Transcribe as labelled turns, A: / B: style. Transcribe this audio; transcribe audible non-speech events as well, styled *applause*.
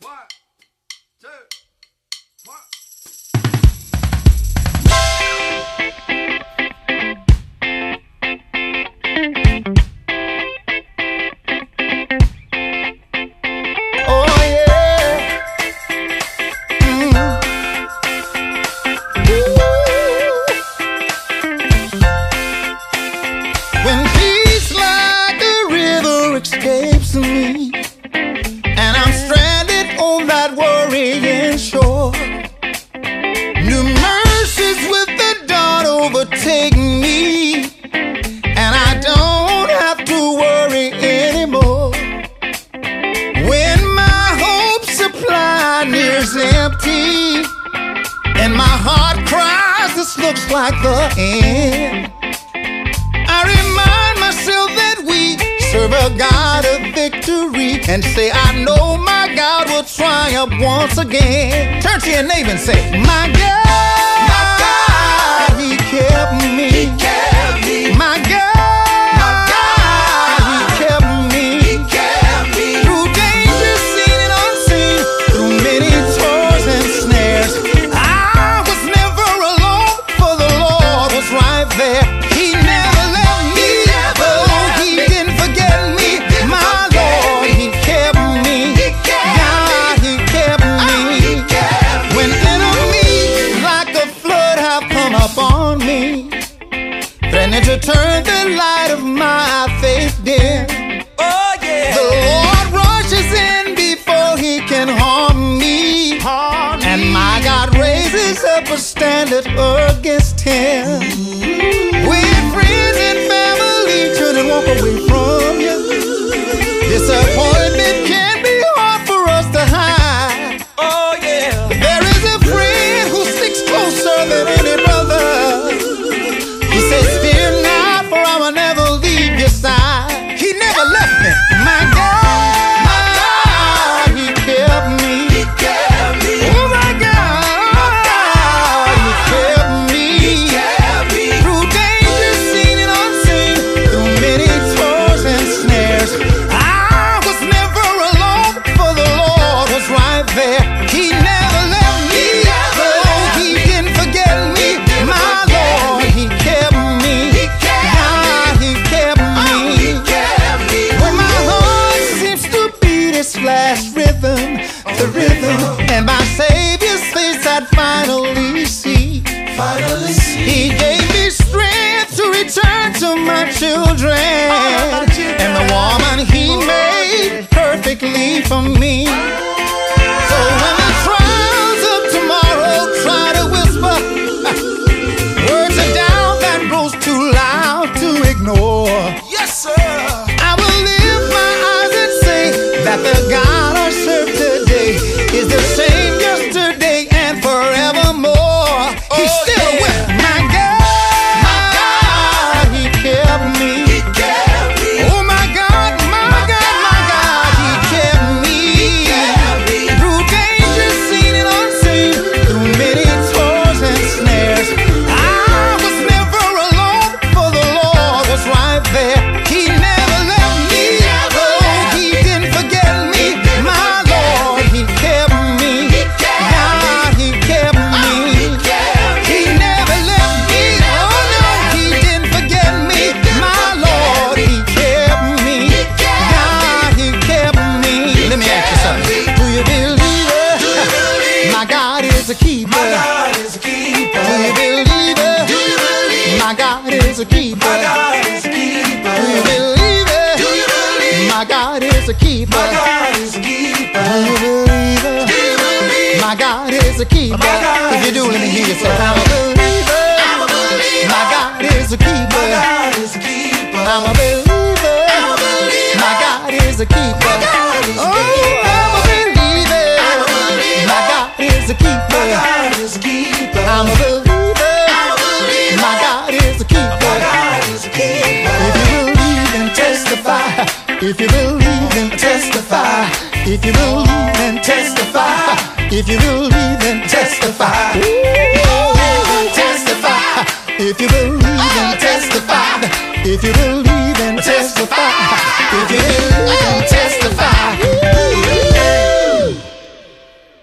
A: One, two, one.
B: Oh yeah. Mm. Ooh. When peace like a river escapes me, and I'm stranded on that worrying shore. New mercies with the dawn overtake me, and I don't have to worry anymore. When my hope supply nears empty and my heart cries, this looks like the end. I remind myself that we serve a God of victory and say, I know my God will triumph once again. Turn to your neighbor and say, My God, my God, He kept me. He kept me. My God, my God, He kept me. He kept me. Through dangers seen and unseen, through many toils and snares, I was never alone, for the Lord was right there. He never left me. He never left He didn't forget me. My Lord, He kept me. He kept God, He kept me. He kept me. When enemies like a flood have come upon me, threatening to turn the light of my faith dim.
A: Oh yeah.
B: The Lord rushes in before he can harm me. And my God raises up a standard against him. When friends and family shouldn't walk away from you. Disappointment can be hard for us to hide.
A: Oh yeah.
B: There is a friend who sticks closer than any brother. He says, Fear not, for I will never leave your side. He never left me. My God, my God, He kept me. He kept me. Oh my God, my God, He kept me. He kept me. Through dangers seen and unseen, through many toils and snares, I was never alone. For the Lord was right there. He never left me. He never left He didn't forget me. My Lord, He kept me. He kept me. He kept me. he kept me. When my heart seems to beat its last rhythm, the rhythm, and my Savior's face I'd finally see. Finally see. He gave me strength to return to my children, and the woman He made perfectly for me. So when the trials of tomorrow try to whisper *laughs* words of doubt that grows too loud to ignore,
A: Yes sir.
B: I will lift my eyes and say that the God I serve today is the same yesterday and forevermore. He's
A: Oh,
B: still
A: yeah.
B: with my God. My God, He kept me.
A: He kept me.
B: Oh my God, my God, my God, He kept me. Through dangers seen and unseen, through many toils and snares, I was never alone. For the Lord was right there. He never left me. Oh, He didn't forget me. My Lord, He kept me. God, He kept me. He never left me. Oh no, he didn't forget me. My Lord, he kept me. God, he kept me. Let me ask you something. Do you believe it? My God is a keeper.
A: God is a keeper.
B: Do you believe it? My God is a keeper.
A: God is a keeper.
B: Do you believe it? My God is a keeper.
A: God is a keeper.
B: Do you believe it? My God is a keeper.
A: God
B: If you do,
A: is a
B: let me hear you say,
A: keeper.
B: I'm a believer. My God is a keeper.
A: God is a keeper.
B: I'm a believer. My God is a keeper. Oh, I'm a believer. My God is a keeper.
A: God is a keeper.
B: I'm a believer. My God is a keeper.
A: God is a keeper.
B: If you believe and testify, if you believe and testify, if you believe and testify, if you believe and testify, if you believe and testify, if you believe and testify, if you believe and testify, if you believe and testify.